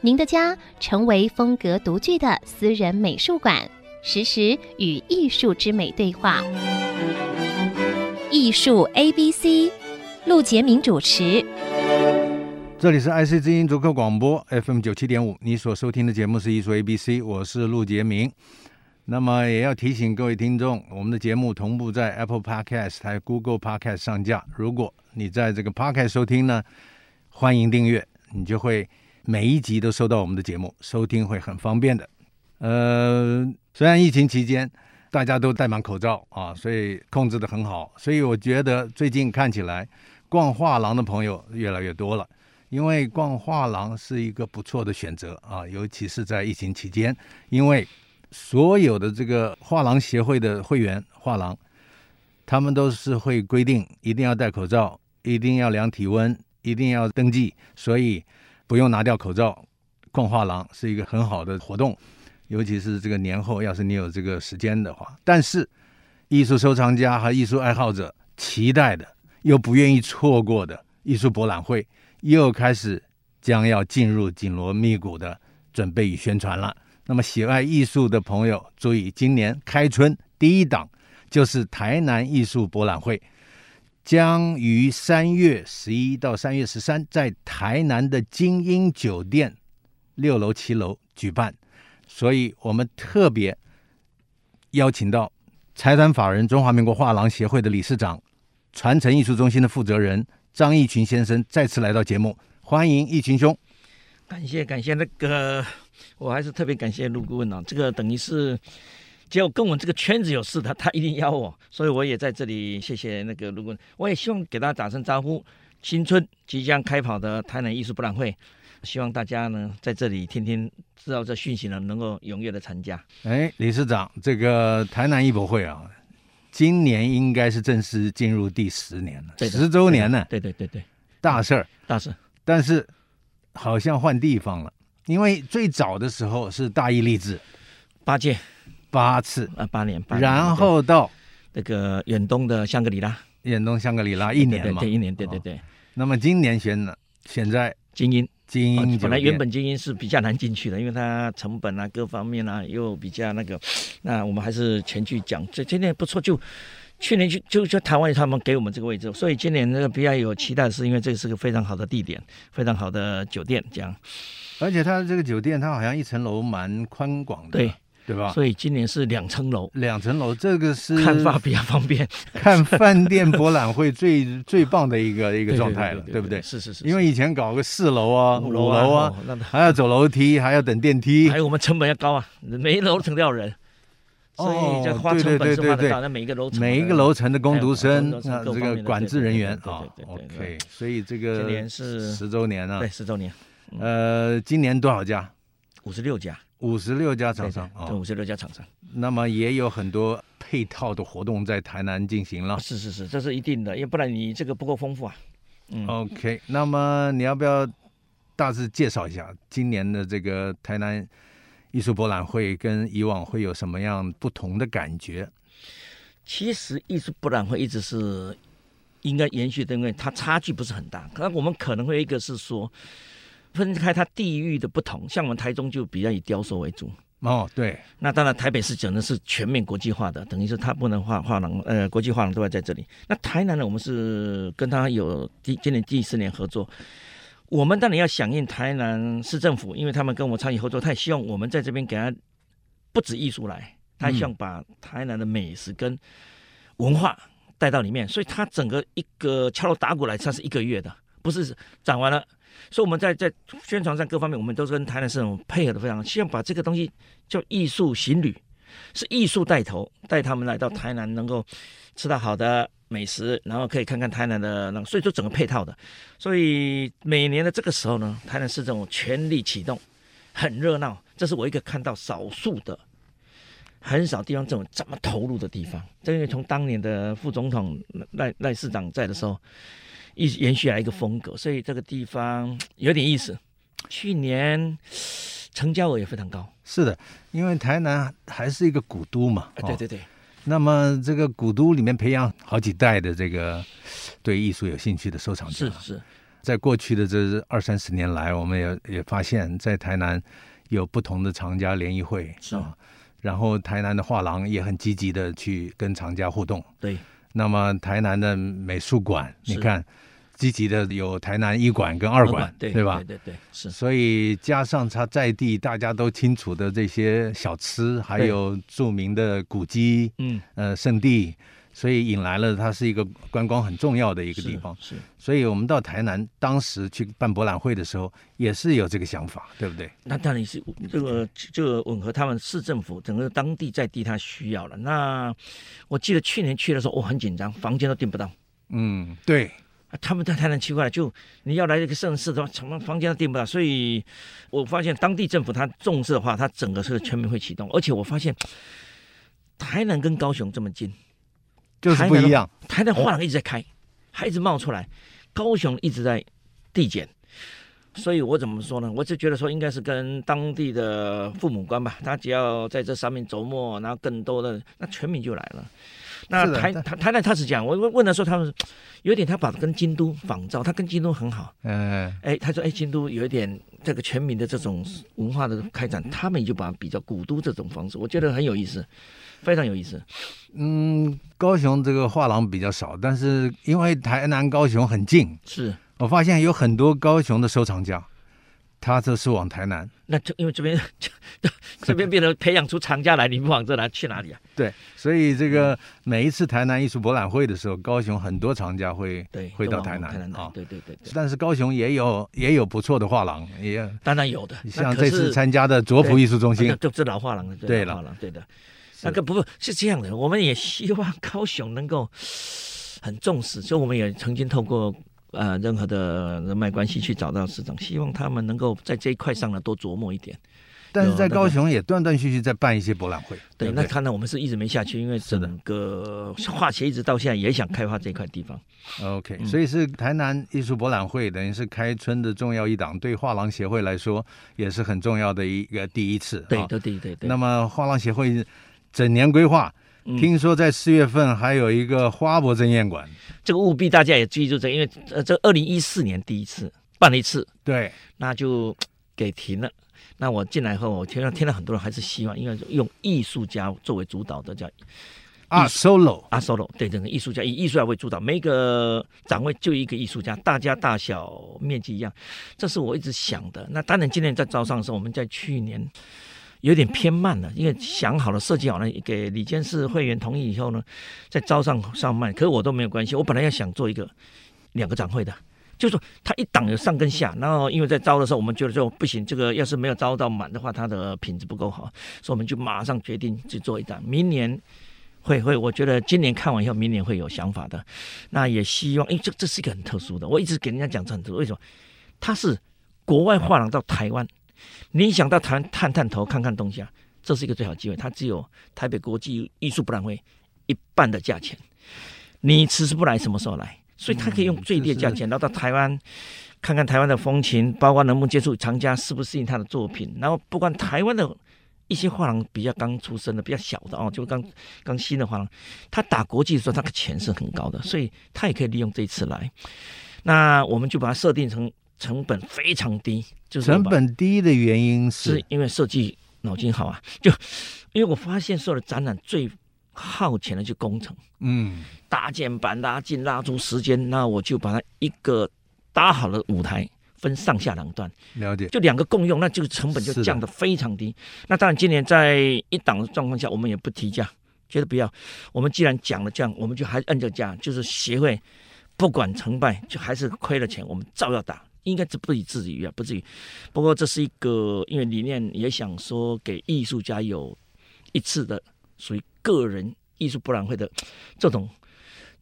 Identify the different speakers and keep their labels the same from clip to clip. Speaker 1: 您的家成为风格独具的私人美术馆，实时与艺术之美对话。艺术 A B C，陆杰明主持。
Speaker 2: 这里是 IC 之音足客广播 FM 九七点五，你所收听的节目是艺术 ABC，我是陆杰明。那么也要提醒各位听众，我们的节目同步在 Apple Podcast 还有 Google Podcast 上架。如果你在这个 Podcast 收听呢，欢迎订阅，你就会每一集都收到我们的节目，收听会很方便的。呃，虽然疫情期间大家都戴满口罩啊，所以控制的很好，所以我觉得最近看起来逛画廊的朋友越来越多了。因为逛画廊是一个不错的选择啊，尤其是在疫情期间，因为所有的这个画廊协会的会员画廊，他们都是会规定一定要戴口罩，一定要量体温，一定要登记，所以不用拿掉口罩逛画廊是一个很好的活动，尤其是这个年后，要是你有这个时间的话。但是，艺术收藏家和艺术爱好者期待的又不愿意错过的艺术博览会。又开始将要进入紧锣密鼓的准备与宣传了。那么，喜爱艺术的朋友注意，今年开春第一档就是台南艺术博览会，将于三月十一到三月十三在台南的精英酒店六楼、七楼举办。所以我们特别邀请到财团法人中华民国画廊协会的理事长、传承艺术中心的负责人。张义群先生再次来到节目，欢迎义群兄。
Speaker 3: 感谢感谢那个， 我还是特别感谢陆顾问啊，这个等于是只有跟我这个圈子有事的，他一定邀我，所以我也在这里谢谢那个陆顾问，我也希望给大家打声招呼。新春即将开跑的台南艺术博览会，希望大家呢在这里天天知道这讯息呢，能够踊跃的参加。
Speaker 2: 哎，理事长，这个台南艺博会啊，今年应该是正式进入第十年了，
Speaker 3: 对的
Speaker 2: 十周年呢，
Speaker 3: 对对对对，
Speaker 2: 大事儿。
Speaker 3: 大师，
Speaker 2: 但是好像换地方了，因为最早的时候是大义励志
Speaker 3: 八届
Speaker 2: 八次，
Speaker 3: 啊，八年，八年
Speaker 2: 然后到
Speaker 3: 对那个远东的香格里拉
Speaker 2: 远东香格里拉一年
Speaker 3: 对
Speaker 2: 嘛
Speaker 3: 对，对一年，对对
Speaker 2: 哦
Speaker 3: 对，
Speaker 2: 那么今年选了选在
Speaker 3: 精英。
Speaker 2: 精英酒
Speaker 3: 哦
Speaker 2: 店，
Speaker 3: 本来原本精英是比较难进去的，因为它成本啊各方面啊又比较那个， 那我们还是前去讲，这今年不错，就去年就就就台湾他们给我们这个位置，所以今年那个比较有期待，是因为这是个非常好的地点，非常好的酒店，这样，
Speaker 2: 而且它这个酒店它好像一层楼蛮宽广的，
Speaker 3: 对
Speaker 2: 对吧？
Speaker 3: 所以今年是两层楼，
Speaker 2: 两层楼，这个是
Speaker 3: 看法比较方便，
Speaker 2: 看饭店博览会最最棒的一 个一个状态了，对不对？
Speaker 3: 是是是，
Speaker 2: 因为以前搞个四楼啊、五
Speaker 3: 五
Speaker 2: 楼
Speaker 3: 楼
Speaker 2: 啊，
Speaker 3: 啊哦那
Speaker 2: 还要走楼梯，还要等电梯
Speaker 3: 还，有我们成本要高啊，每一楼层都要人。所以这
Speaker 2: 哦
Speaker 3: 花
Speaker 2: 对
Speaker 3: 成
Speaker 2: 对
Speaker 3: 本是
Speaker 2: 对
Speaker 3: 花
Speaker 2: 对
Speaker 3: 得
Speaker 2: 对
Speaker 3: 到，那每一个楼层，
Speaker 2: 每一个楼层的工读生
Speaker 3: 还有工读生
Speaker 2: 啊，
Speaker 3: 各
Speaker 2: 这
Speaker 3: 方
Speaker 2: 个
Speaker 3: 面的
Speaker 2: 管制人员
Speaker 3: 对
Speaker 2: 啊
Speaker 3: 对对对对对
Speaker 2: ，OK，所以这个
Speaker 3: 今年是
Speaker 2: 十周年啊
Speaker 3: 对，嗯十周年
Speaker 2: 呃，今年多少家？
Speaker 3: 五十六家，
Speaker 2: 五十六家厂
Speaker 3: 对
Speaker 2: 商
Speaker 3: 对
Speaker 2: 啊
Speaker 3: 对，，五十六家厂商，
Speaker 2: 那么也有很多配套的活动在台南进行了。
Speaker 3: 啊是是是，这是一定的，要不然你这个不够丰富啊。嗯
Speaker 2: OK，那么你要不要大致介绍一下今年的这个台南艺术博览会跟以往会有什么样不同的感觉？
Speaker 3: 其实艺术博览会一直是应该延续的，因为它差距不是很大。可能我们可能会有一个是说分开它地域的不同，像我们台中就比较以雕塑为主。
Speaker 2: 哦，对，
Speaker 3: 那当然，台北市讲的是全面国际化的，等于是它不能画画廊，呃，国际画廊都要在这里。那台南呢，我们是跟它有第今年第四年合作，我们当然要响应台南市政府，因为他们跟我们参与合作，他也希望我们在这边给他不止艺术来，他也希望把台南的美食跟文化带到里面，所以他整个一个敲锣打鼓来，它是一个月的，不是展完了。所以我们在在宣传上各方面，我们都是跟台南市政府配合的非常好，希望把这个东西叫艺术行旅，是艺术带头，带他们来到台南，能够吃到好的美食，然后可以看看台南的那个，所以说整个配套的。所以每年的这个时候呢，台南市政府全力启动，很热闹，这是我一个看到少数的。很少地方政府这么投入的地方，这因为从当年的副总统赖赖市长在的时候，一直延续来一个风格，所以这个地方有点意思。去年成交额也非常高，
Speaker 2: 是的，因为台南还是一个古都嘛，
Speaker 3: 啊
Speaker 2: 哦
Speaker 3: 对对对，
Speaker 2: 那么这个古都里面培养好几代的这个对艺术有兴趣的收藏
Speaker 3: 是
Speaker 2: 者，
Speaker 3: 是，
Speaker 2: 在过去的这二三十年来，我们也也发现，在台南有不同的藏家联谊会
Speaker 3: 是
Speaker 2: 啊，然后台南的画廊也很积极的去跟藏家互动。
Speaker 3: 对
Speaker 2: 那么台南的美术馆，
Speaker 3: 是
Speaker 2: 你看积极的有台南一馆跟二馆，
Speaker 3: 对
Speaker 2: 吧？
Speaker 3: 对对对是
Speaker 2: 所以加上它在地大家都清楚的这些小吃，还
Speaker 3: 对
Speaker 2: 有著名的古迹，
Speaker 3: 嗯，
Speaker 2: 呃，圣地，所以引来了它是一个观光很重要的一
Speaker 3: 一
Speaker 2: 个地方。
Speaker 3: 是。
Speaker 2: 所以我们到台南当时去办博览会的时候，也是有这个想法，对不对？
Speaker 3: 那当然是这个这个吻合他们市政府整个当地在地他需要了。那我记得去年去的时候，我、很紧张，房间都订不到。
Speaker 2: 嗯，对，
Speaker 3: 啊他们在台南区块来，就你要来一个盛世的话，什么房间都订不到，所以我发现当地政府他重视的话，他整个是全民会启动。而且我发现台南跟高雄这么近，
Speaker 2: 就是不一样。
Speaker 3: 台南画廊一直在开，还一直冒出来，高雄一直在递减，所以我怎么说呢？我就觉得说应该是跟当地的父母官吧，他只要在这上面琢磨，然后更多的那全民就来了。那
Speaker 2: 是的
Speaker 3: 台
Speaker 2: 但
Speaker 3: 台台南他是讲，我问问他说他们有点他把跟京都仿照，他跟京都很好。
Speaker 2: 嗯、
Speaker 3: 哎，他说哎，京都有一点这个全民的这种文化的开展，他们就把比较古都这种方式，我觉得很有意思，非常有意思。
Speaker 2: 嗯，高雄这个画廊比较少，但是因为台南高雄很近，
Speaker 3: 是，
Speaker 2: 我发现有很多高雄的收藏家，他都是往台南。
Speaker 3: 那就因为这边这这边变成培养出藏家来，你们往这来去哪 里啊？
Speaker 2: 对，所以这
Speaker 3: 嗯
Speaker 2: 个每一次台南艺术博览会的时候，高雄很多藏家会
Speaker 3: 对，
Speaker 2: 会到
Speaker 3: 都往
Speaker 2: 台
Speaker 3: 往
Speaker 2: 南
Speaker 3: 台南来
Speaker 2: 啊。
Speaker 3: 对对对对，
Speaker 2: 但是高雄也有也有不错的画廊，也
Speaker 3: 当然有的。那
Speaker 2: 像
Speaker 3: 可
Speaker 2: 这
Speaker 3: 是
Speaker 2: 次参加的卓普艺术中
Speaker 3: 啊
Speaker 2: 心
Speaker 3: 那，就是老画廊了，
Speaker 2: 对
Speaker 3: 老
Speaker 2: 了
Speaker 3: 画廊对的。
Speaker 2: 是
Speaker 3: 那个不是这样的，我们也希望高雄能够很重视，所以我们也曾经透过呃任何的人脉关系去找到市长，希望他们能够在这一块上呢多琢磨一点。
Speaker 2: 但是
Speaker 3: 有
Speaker 2: 在
Speaker 3: 那
Speaker 2: 高
Speaker 3: 个
Speaker 2: 雄也断断续续在办一些博览会。
Speaker 3: 对，
Speaker 2: 不
Speaker 3: 那看来我们是一直没下去，因为
Speaker 2: 是的
Speaker 3: 整个化协一直到现在也想开发这块地方。
Speaker 2: OK，、
Speaker 3: 嗯
Speaker 2: 所以是台南艺术博览会，等于是开春的重要一档，对画廊协会来说也是很重要的一个第一次。
Speaker 3: 对
Speaker 2: 啊
Speaker 3: 对对对对。
Speaker 2: 那么画廊协会整年规划，
Speaker 3: 嗯
Speaker 2: 听说在四月份还有一个花博争艳馆。
Speaker 3: 这个务必大家也记住这个，因为呃，这二零一四年第一次办了一次，
Speaker 2: 对，
Speaker 3: 那就给停了。那我进来后，我听到听到很多人还是希望，因为用艺术家作为主导的叫
Speaker 2: 啊
Speaker 3: 艺
Speaker 2: ，solo，
Speaker 3: 阿嗯 solo，对，整个艺术家以艺术家为主导，每一个展位就一个艺术家，大家大小面积一样，这是我一直想的。那当然，今年在招商的时候，我们在去年有点偏慢了，因为想好了、设计好了，给李监事会员同意以后呢，在招商上慢，可是我都没有关系，我本来要想做一个两个展会的。就是说，它一档有上跟下，然后因为在招的时候，我们觉得说不行，这个要是没有招到满的话，它的品质不够好，所以我们就马上决定去做一档。明年会会，我觉得今年看完以后，明年会有想法的。那也希望，因为这这是一个很特殊的，我一直给人家讲这很特殊，为什么？它是国外画廊到台湾，你想到台湾探探头看看东西啊，这是一个最好机会。它只有台北国际艺术博览会一半的价钱，你迟迟不来，什么时候来？所以它可以用
Speaker 2: 嗯
Speaker 3: 最低的价钱，然后到台湾看看台湾的风情，包括能不能接触藏家，适不适应他的作品，然后不管台湾的。一些画廊比较刚出生的、比较小的哦，就刚刚新的画廊，他打国际的时候，他的钱是很高的，所以他也可以利用这一次来。那我们就把它设定成成本非常低，就是我
Speaker 2: 成
Speaker 3: 把
Speaker 2: 本低的原因
Speaker 3: 是
Speaker 2: 是
Speaker 3: 因为设计脑筋好啊。就因为我发现所有的展览最耗钱的就工程，
Speaker 2: 嗯，
Speaker 3: 搭建板、拉近、拉出时间，那我就把它一个搭好了舞台分上下两段。
Speaker 2: 了解。
Speaker 3: 就两个共用，那这个成本就是
Speaker 2: 的
Speaker 3: 降得非常低。那当然，今年在一档的状况下，我们也不提价，觉得不要。我们既然讲了这样，我们就还按着价，就是协会不管成败，就还是亏了钱，我们照要打。应该这不以至于啊，不至于。不过这是一个，因为理念也想说给艺术家有一次的属于个人艺术博览会的这种，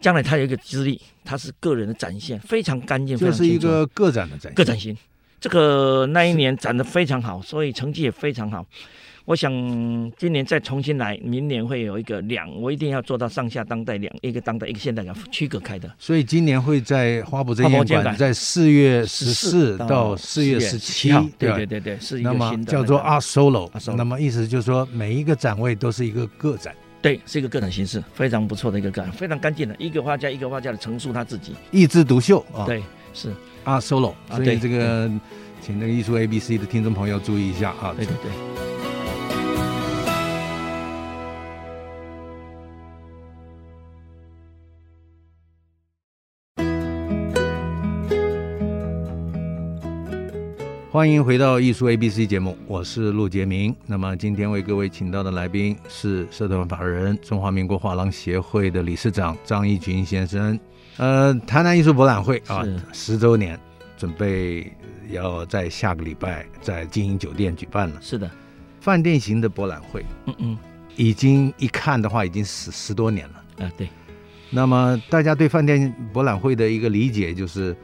Speaker 3: 将来他有一个资历，他是个人的展现，非常干净，非
Speaker 2: 就
Speaker 3: 常
Speaker 2: 是一
Speaker 3: 清楚
Speaker 2: 个个展的展，
Speaker 3: 个展型，这个那一年展得非常好，所以成绩也非常好。我想今年再重新来，明年会有一个两，我一定要做到上下当代两，一个当代一个现代两区隔开的。
Speaker 2: 所以今年会在花博展
Speaker 3: 花博
Speaker 2: 演
Speaker 3: 展
Speaker 2: 馆，在四月十四
Speaker 3: 14
Speaker 2: 到四月十七
Speaker 3: 17号，，对
Speaker 2: 吧
Speaker 3: 对对对，是一个
Speaker 2: 那么
Speaker 3: 新的
Speaker 2: 叫做啊
Speaker 3: 那个
Speaker 2: Art Solo，
Speaker 3: Art Solo
Speaker 2: 那么意思就是说每一个展位都是一个个展，
Speaker 3: 对，是一个个展形式，非常不错的一个个展，非常干净的，一个画家一个画家的陈述他自己。
Speaker 2: 一枝独秀啊。
Speaker 3: 对，是，
Speaker 2: Art Solo，
Speaker 3: 啊
Speaker 2: 所以
Speaker 3: 对
Speaker 2: 这个请那个艺术 A B C 的听众朋友注意一下啊。
Speaker 3: 对对对。
Speaker 2: 欢迎回到艺术 A B C 节目，我是陆杰明。那么今天为各位请到的来宾是社团法人中华民国画廊协会的理事长张义群先生。呃，台南艺术博览会啊
Speaker 3: 是，
Speaker 2: 十周年，准备要在下个礼拜在金鹰酒店举办了。
Speaker 3: 是的，
Speaker 2: 饭店型的博览会
Speaker 3: 嗯嗯，
Speaker 2: 已经一看的话，已经十十多年了。
Speaker 3: 啊对，
Speaker 2: 那么大家对饭店博览会的一个理解就是，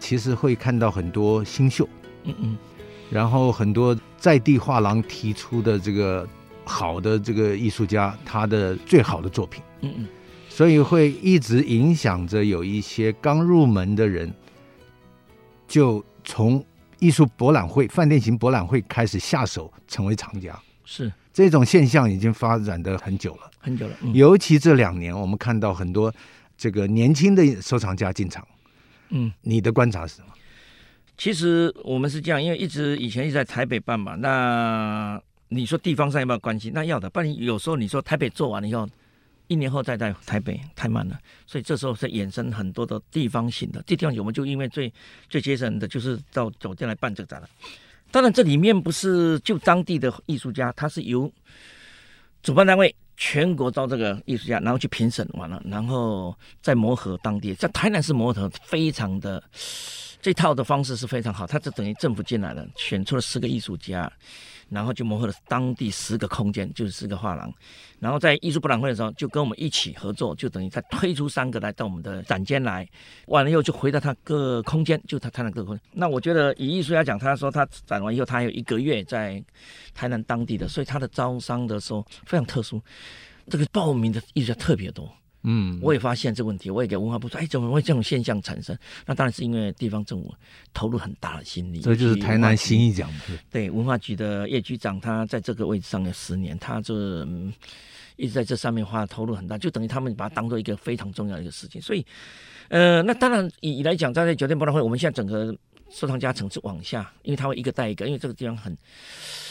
Speaker 2: 其实会看到很多新秀，
Speaker 3: 嗯嗯，
Speaker 2: 然后很多在地画廊提出的这个好的这个艺术家他的最好的作品，
Speaker 3: 嗯嗯，
Speaker 2: 所以会一直影响着有一些刚入门的人，就从艺术博览会、饭店型博览会开始下手成为藏家。
Speaker 3: 是
Speaker 2: 这种现象已经发展的很久了，
Speaker 3: 很久了，嗯
Speaker 2: 尤其这两年，我们看到很多这个年轻的收藏家进场。
Speaker 3: 嗯。
Speaker 2: 你的观察是什么？
Speaker 3: 其实我们是这样，因为一直以前一直在台北办嘛，那你说地方上有没有关系？那要的，不然有时候你说台北做完了以后，一年后再在台北太慢了，所以这时候是衍生很多的地方性的。这地方我们就因为最最节省的就是到酒店来办这个展览。当然，这里面不是就当地的艺术家，他是由主办单位全国招这个艺术家，然后去评审完了，然后再磨合当地。在台南是磨合非常的这套的方式是非常好，它就等于政府进来了，选出了十个艺术家，然后就磨合了当地十个空间，就是十个画廊，然后在艺术博览会的时候，就跟我们一起合作，就等于再推出三个来到我们的展间来，完了以后就回到他各空间，就他他那个空间。那我觉得以艺术家讲，他说他展完以后，他还有一个月在台南当地的，所以他的招商的时候非常特殊，这个报名的艺术家特别多。
Speaker 2: 嗯
Speaker 3: 我也发现这个问题，我也给文化部说，哎，怎么会这种现象产生？那当然是因为地方政府投入很大的心力。
Speaker 2: 这就是
Speaker 3: 尤其
Speaker 2: 台南
Speaker 3: 文化局
Speaker 2: 新一奖嘛。
Speaker 3: 对文化局的叶局长，他在这个位置上有十年，他就是、嗯一直在这上面花投入很大，就等于他们把它当做一个非常重要的一个事情。所以，呃，那当然以以来讲，在酒店博览会，我们现在整个收藏家层次往下，因为他会一个带一个，因为这个地方很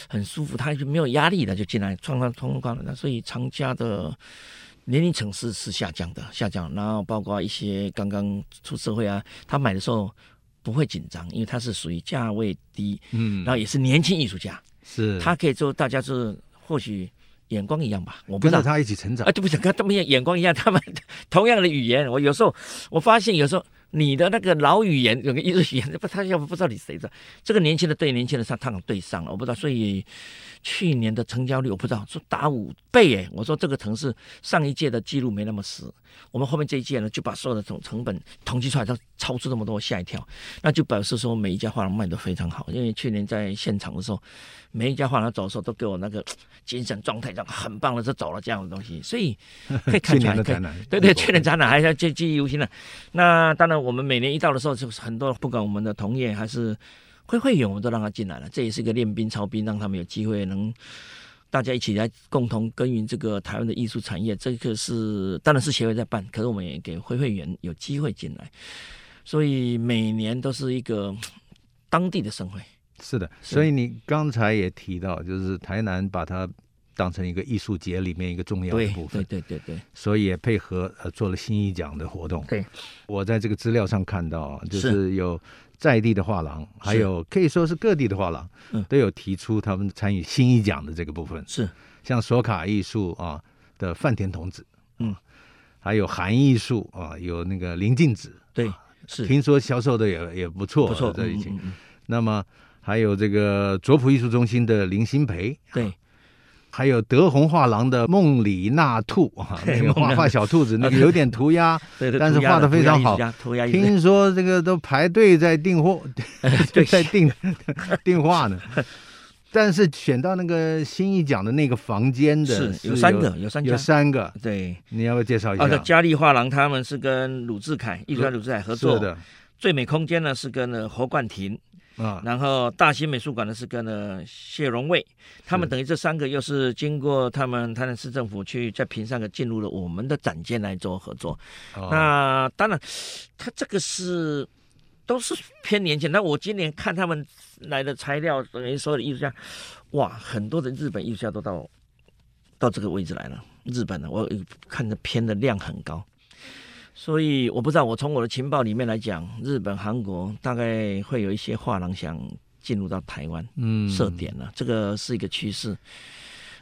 Speaker 3: 很舒服，他就没有压力的就进来创造通关了。那所以藏家的年龄层次是下降的，下降。然后包括一些刚刚出社会啊，他买的时候不会紧张，因为他是属于价位低，
Speaker 2: 嗯
Speaker 3: 然后也是年轻艺术家，
Speaker 2: 是
Speaker 3: 他可以做大家是或许眼光一样吧，我不
Speaker 2: 跟
Speaker 3: 知道
Speaker 2: 着。他一起成长
Speaker 3: 啊，。对不起，跟他们眼光一样，他们 同样的语言，我有时候我发现，有时候你的那个老语言，有个艺术语言，不，他要不不知道你谁的，这个年轻的对年轻的他他能对上了，我不知道，所以去年的成交率我不知道，说打五倍耶，我说这个城市上一届的记录没那么死，我们后面这一届呢就把所有的总成本统计出来，它超出这么多，我吓一跳，那就表示说每一家画廊卖得非常好，因为去年在现场的时候，每一家画廊走的时候都给我那个精神状态，这样很棒的就走了这样的东西，所以可以看
Speaker 2: 去
Speaker 3: 出
Speaker 2: 年的
Speaker 3: 来，可以
Speaker 2: 台南，
Speaker 3: 对对，去年展览还是记记忆犹新的。那当然，我们每年一到的时候，就是很多不管我们的同业还是会会员，我们都让他进来了。这也是一个练兵操兵，让他们有机会能大家一起来共同耕耘这个台湾的艺术产业。这个是当然是协会在办，可是我们也给会会员有机会进来，所以每年都是一个嗯当地的盛会。
Speaker 2: 是的，
Speaker 3: 是
Speaker 2: 所以你刚才也提到，就是台南把它当成一个艺术节里面一个重要的
Speaker 3: 对
Speaker 2: 部
Speaker 3: 对
Speaker 2: 分，
Speaker 3: 对对对，
Speaker 2: 所以也配合呃做了新艺奖的活动。
Speaker 3: 对，
Speaker 2: 我在这个资料上看到啊，就是是有在地的画廊，还有可以说是各地的画廊
Speaker 3: 嗯，
Speaker 2: 都有提出他们参与新艺奖的这个部分，
Speaker 3: 是
Speaker 2: 像索卡艺术啊的范田童子，啊
Speaker 3: 嗯，
Speaker 2: 还有韩艺术啊，有那个林静子，
Speaker 3: 对是，
Speaker 2: 听说销售的也也不错，
Speaker 3: 不错，
Speaker 2: 这已
Speaker 3: 嗯
Speaker 2: 经。
Speaker 3: 嗯嗯嗯
Speaker 2: 那么还有这个卓普艺术中心的林新培，
Speaker 3: 对
Speaker 2: 还有德宏画廊的梦里那兔啊，那个
Speaker 3: 梦里
Speaker 2: 画
Speaker 3: 那
Speaker 2: 画
Speaker 3: 兔
Speaker 2: 小兔子， 那个
Speaker 3: 对
Speaker 2: 有点涂鸦，
Speaker 3: 对对，
Speaker 2: 但是
Speaker 3: 涂鸦
Speaker 2: 画得非常好
Speaker 3: 涂鸦艺术家，涂鸦艺术
Speaker 2: 听说这个都排队在订 货，
Speaker 3: 哎对
Speaker 2: 在订订画呢。但是选到那个新一奖的那个房间
Speaker 3: 家
Speaker 2: 的
Speaker 3: 是有三个，，有三
Speaker 2: 有
Speaker 3: 家，
Speaker 2: 三个，
Speaker 3: 对。
Speaker 2: 你要不要介绍一
Speaker 3: 啊，那
Speaker 2: 下？
Speaker 3: 嘉利画廊他们是跟鲁智凯艺术家鲁智凯合作
Speaker 2: 是，的，
Speaker 3: 最美空间呢是跟了侯冠廷，
Speaker 2: 啊，
Speaker 3: 然后大兴美术馆呢是跟了谢荣卫，他们
Speaker 2: 是
Speaker 3: 等于这三个又是经过他们台南市政府去在屏上进入了我们的展间来做合作。
Speaker 2: 哦
Speaker 3: 那当然，他这个是都是偏年轻。那我今年看他们来的材料，等于所有的艺术家，哇，很多的日本艺术家都到到这个位置来了。日本的我看的偏的量很高，所以我不知道，我从我的情报里面来讲，日本、韩国大概会有一些画廊想进入到台湾
Speaker 2: 嗯
Speaker 3: 设点了，这个是一个趋势。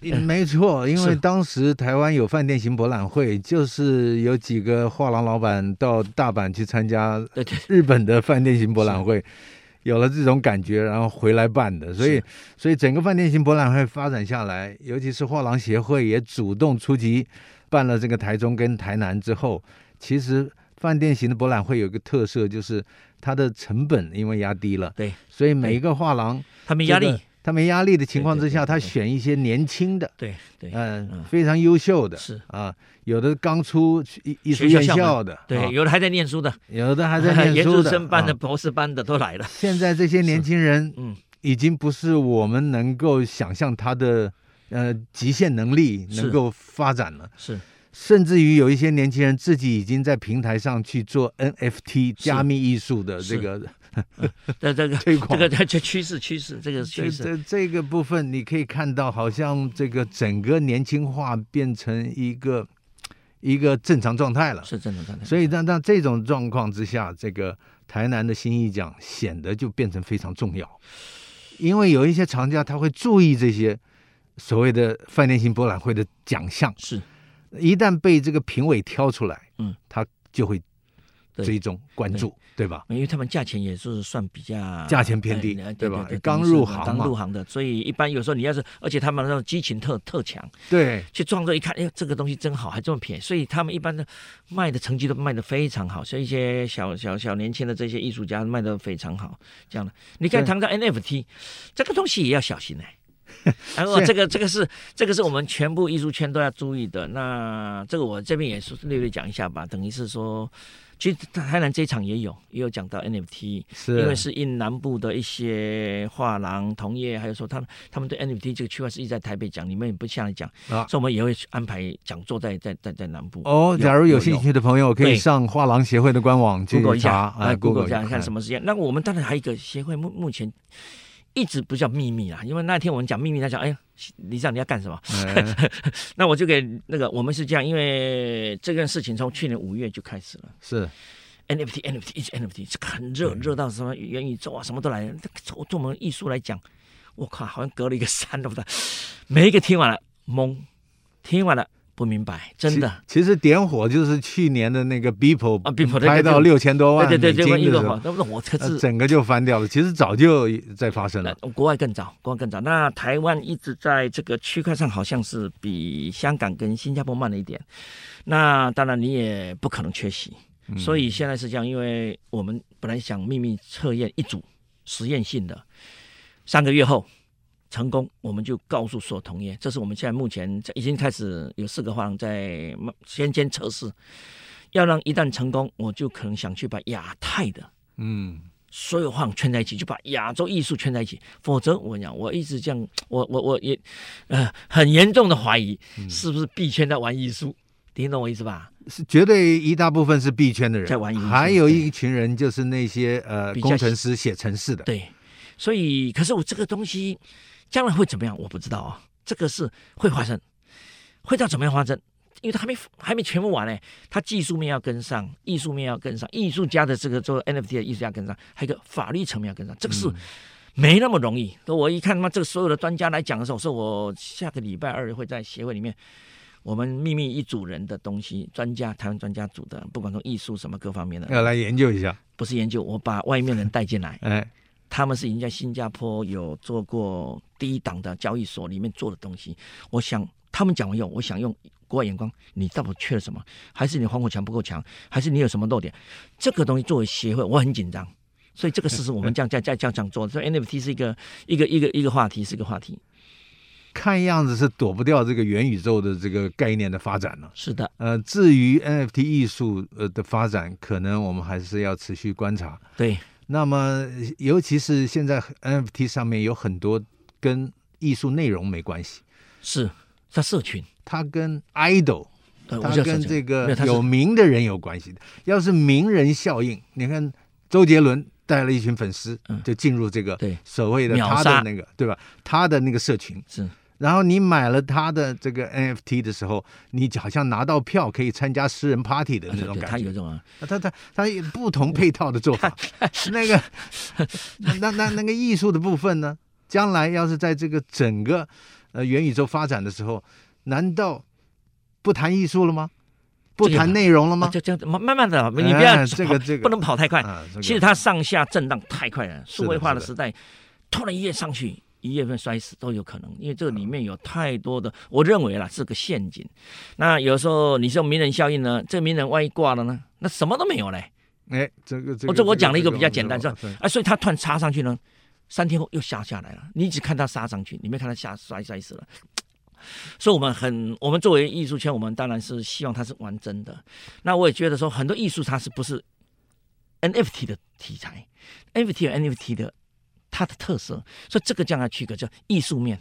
Speaker 2: 嗯没错，因为
Speaker 3: 是
Speaker 2: 当时台湾有饭店型博览会，就是有几个画廊老板到大阪去参加
Speaker 3: 对对
Speaker 2: 日本的饭店型博览会，有了这种感觉，然后回来办的。所以
Speaker 3: 是，
Speaker 2: 所以整个饭店型博览会发展下来，尤其是画廊协会也主动出击，办了这个台中跟台南之后，其实饭店型的博览会有一个特色，就是它的成本因为压低了，
Speaker 3: 对，
Speaker 2: 所以每一个画廊
Speaker 3: 他们压力
Speaker 2: 这个，他没压力的情况之下，
Speaker 3: 对对对对
Speaker 2: 他选一些年轻的。
Speaker 3: 对对
Speaker 2: 嗯
Speaker 3: 嗯，
Speaker 2: 非常优秀的，
Speaker 3: 是
Speaker 2: 啊，有的刚出艺艺术
Speaker 3: 学校
Speaker 2: 院
Speaker 3: 校门
Speaker 2: 校的，啊
Speaker 3: 对，有的还在念书的，
Speaker 2: 有的还 在念
Speaker 3: 研
Speaker 2: 书
Speaker 3: 究
Speaker 2: 的，
Speaker 3: 生班的、
Speaker 2: 啊
Speaker 3: 博士班的都 来了。
Speaker 2: 现在这些年轻人
Speaker 3: 嗯，
Speaker 2: 已经不是我们能够想象他的呃极限能力
Speaker 3: 是
Speaker 2: 能够发展了，
Speaker 3: 是
Speaker 2: 甚至于有一些年轻人自己已经在平台上去做 NFT 加密艺术的这
Speaker 3: 是
Speaker 2: 个
Speaker 3: 这这个
Speaker 2: 推广
Speaker 3: 这个这这趋势趋势，这个
Speaker 2: 这
Speaker 3: 趋势
Speaker 2: 这这个部分，你可以看到，好像这个整个年轻化变成一个一个正常状态了。
Speaker 3: 是真的真的。
Speaker 2: 所以，让让这种状况之下，这个台南的新意奖显得就变成非常重要，因为有一些藏家他会注意这些所谓的饭店型博览会的奖项，
Speaker 3: 是
Speaker 2: 一旦被这个评委挑出来，
Speaker 3: 嗯，
Speaker 2: 他就会
Speaker 3: 对
Speaker 2: 追踪关注，对吧？
Speaker 3: 因为他们价钱也是算比较
Speaker 2: 价钱偏低
Speaker 3: 哎
Speaker 2: 对吧
Speaker 3: 对
Speaker 2: 刚
Speaker 3: 等于是
Speaker 2: 入行
Speaker 3: 刚
Speaker 2: 嘛
Speaker 3: 入行的，所以一般有时候你要是，而且他们那种激情特特强，
Speaker 2: 对，
Speaker 3: 去创作一看，哎呦，这个东西真好，还这么便宜，所以他们一般的卖的成绩都卖得非常好，所以一些小小小年轻的这些艺术家卖得非常好，这样的。你看
Speaker 2: 对
Speaker 3: 谈到 NFT 这个东西也要小心哎、 然后
Speaker 2: 是
Speaker 3: 这个这个是这个是我们全部艺术圈都要注意的。那这个我这边也是略略讲一下吧，等于是说，其实台南这一场也有也有讲到 NFT，
Speaker 2: 是
Speaker 3: 因为是印南部的一些画廊同业，还有说他们他们对 NFT 这个区块是一直在台北讲，你们也不下来讲，
Speaker 2: 啊
Speaker 3: 所以我们也会去安排讲座在在在在南部。
Speaker 2: 哦，假如有兴趣的朋友，可以
Speaker 3: 对
Speaker 2: 上画廊协会的官网去
Speaker 3: Google 一下
Speaker 2: 查，哎
Speaker 3: 啊，Google 一下看什
Speaker 2: 么？
Speaker 3: 么时间。那我们当然还有一个协会，目目前一直不叫秘密啦，因为那天我们讲秘密，他讲哎呀，李长你要干什么？
Speaker 2: 哎
Speaker 3: 那我就给那个我们是这样，因为这件事情从去年五月就开始了。
Speaker 2: 是
Speaker 3: NFT NFT 一直 NFT 这个很热
Speaker 2: 对
Speaker 3: 热到什么元宇宙啊什么都来了。这个从对我们艺术来讲，我靠，好像隔了一个山都不到。每一个听完了懵，听完了不明白，真的。
Speaker 2: 其。其实点火就是去年的那个 Beeple
Speaker 3: 啊，Beeple
Speaker 2: 拍到六千多万
Speaker 3: 对对对，
Speaker 2: 美
Speaker 3: 对，一
Speaker 2: 金的
Speaker 3: 个
Speaker 2: 时
Speaker 3: 话
Speaker 2: 候，，
Speaker 3: 那我可
Speaker 2: 呃
Speaker 3: 是
Speaker 2: 整个就翻掉了。其实早就在发生
Speaker 3: 那
Speaker 2: 了，
Speaker 3: 呃国外更早，国外更早。那台湾一直在这个区块上好像是比香港跟新加坡慢了一点。那当然你也不可能缺席，所以现在是这样，因为我们本来想秘密测验一组实验性的，三个月后成功，我们就告诉所有同业，这是我们现在目前在已经开始有四个画廊在慢先先测试，要让一旦成功，我就可能想去把亚太的。
Speaker 2: 嗯，
Speaker 3: 所有画圈在一起，就把亚洲艺术圈在一起。否则，我跟你讲，我一直这样，我我我也，呃，很严重的怀疑，是不是币圈在玩艺术？听懂我意思吧？
Speaker 2: 是绝对一大部分是币圈的人
Speaker 3: 在玩艺术
Speaker 2: 还有一群人就是那些呃
Speaker 3: 比较
Speaker 2: 工程师写程式的，
Speaker 3: 对，所以，可是我这个东西将来会怎么样，我不知道啊。这个是会发生，会到怎么样发生？因为它还没还没全部完呢，它技术面要跟上，艺术面要跟上，艺术家的这个做 NFT 的艺术家跟上，还有一个法律层面要跟上，这个是没那么容易。我一看他妈这个所有的专家来讲的时候，我说我下个礼拜二会在协会里面，我们秘密一组人的东西，专家台湾专家组
Speaker 2: 呃
Speaker 3: 的，不管从艺术什么各方面的，
Speaker 2: 要来研究一下。
Speaker 3: 不是研究，我把外面人带进来，
Speaker 2: 哎，
Speaker 3: 他们是已经在新加坡有做过第一档的交易所里面做的东西。我想他们讲完以后，我想用国外眼光，你到底缺了什么？还是你防火墙不够强？还是你有什么漏点？这个东西作为协会，我很紧张。所以这个事实我们这样在在这样讲做，所以 NFT 是一个一个一个一个话题，是一个话题。
Speaker 2: 看样子是躲不掉这个元宇宙的这个概念的发展了。
Speaker 3: 是的，
Speaker 2: 呃，至于 NFT 艺术呃的发展，可能我们还是要持续观察。
Speaker 3: 对，
Speaker 2: 那么，尤其是现在 NFT 上面有很多跟艺术内容没关系，
Speaker 3: 是它社群，
Speaker 2: 它跟 idol，
Speaker 3: 对，我
Speaker 2: 它
Speaker 3: 就要社
Speaker 2: 跟
Speaker 3: 群
Speaker 2: 这
Speaker 3: 没
Speaker 2: 个
Speaker 3: 有它是
Speaker 2: 有名的人有关系的。要是名人效应，你看周杰伦带了一群粉丝
Speaker 3: 嗯
Speaker 2: 就进入这个
Speaker 3: 对
Speaker 2: 所谓的
Speaker 3: 秒
Speaker 2: 他
Speaker 3: 杀
Speaker 2: 的那个对吧？他的那个社群，
Speaker 3: 是
Speaker 2: 然后你买了他的这个 NFT 的时候，你好像拿到票可以参加私人 party 的
Speaker 3: 对
Speaker 2: 那种
Speaker 3: 对
Speaker 2: 感
Speaker 3: 它
Speaker 2: 觉
Speaker 3: 有。这种啊，
Speaker 2: 啊他他他也不同配套的 做法，那个 那那那个艺术的部分呢？将来要是在这个整个呃元宇宙发展的时候，难道不谈艺术了吗？不
Speaker 3: 这个
Speaker 2: 谈内容了
Speaker 3: 啊
Speaker 2: 吗？
Speaker 3: 就这样子慢慢慢的，你不要
Speaker 2: 哎这个
Speaker 3: 跑
Speaker 2: 这个
Speaker 3: 不能跑太快。
Speaker 2: 啊，这个
Speaker 3: 其实它上下震荡太快了，
Speaker 2: 的
Speaker 3: 数位化的
Speaker 2: 是的
Speaker 3: 时代，突然一夜上去，一月份摔死都有可能，因为这里面有太多的，我认为啦是个陷阱。那有时候你是用名人效应呢，这个名人万一挂了呢，那什么都没有嘞。
Speaker 2: 哎，这个这个，
Speaker 3: 我这我讲了一个比较简单
Speaker 2: 这
Speaker 3: 是
Speaker 2: 个
Speaker 3: 吧啊，所以它突然插上去呢，三天后又下下来了。你只看它杀上去，你没看它下摔摔死了。所以，我们很，我们作为艺术圈，我们当然是希望它是玩真的。那我也觉得说，很多艺术它是不是 NFT 的题材，NFT 有 NFT 的它的特色，所以这个将来区隔叫艺术面，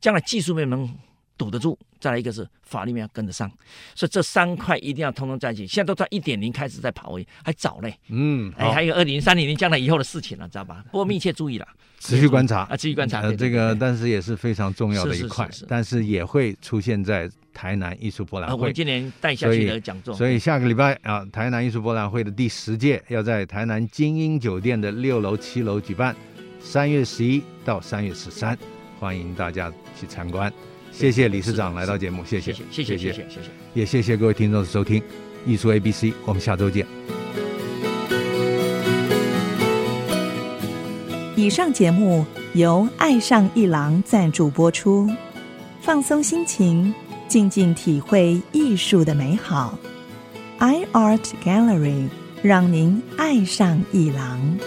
Speaker 3: 将来技术面能堵得住，再来一个是法律面要跟得上，所以这三块一定要通通在一起。现在都在一点零开始在跑而已，还早嘞。
Speaker 2: 嗯，
Speaker 3: 哎，
Speaker 2: 好
Speaker 3: 还，有二零三零年将来以后的事情了，知道吧？不过密切注意了，
Speaker 2: 持续观察
Speaker 3: 啊，持续观察。
Speaker 2: 呃这
Speaker 3: 对对
Speaker 2: 个
Speaker 3: 对
Speaker 2: 但是也是非常重要的
Speaker 3: 是
Speaker 2: 一
Speaker 3: 是
Speaker 2: 块
Speaker 3: 是是，
Speaker 2: 但是也会出现在台南艺术博览
Speaker 3: 啊，我
Speaker 2: 会
Speaker 3: 们。今年带下去的讲座，
Speaker 2: 所以下个礼拜啊，台南艺术博览会的第十届要在台南精英酒店的六楼、七楼举办，三月十一到三月十三，欢迎大家去参观。谢谢理事长来到节目，谢
Speaker 3: 谢谢谢谢谢谢谢谢。
Speaker 2: 也谢谢各位听众的收听，艺术 ABC，我们下周见。
Speaker 4: 以上节目由爱上一郎赞助播出，放松心情，静静体会艺术的美好。iArt Gallery 让您爱上一郎。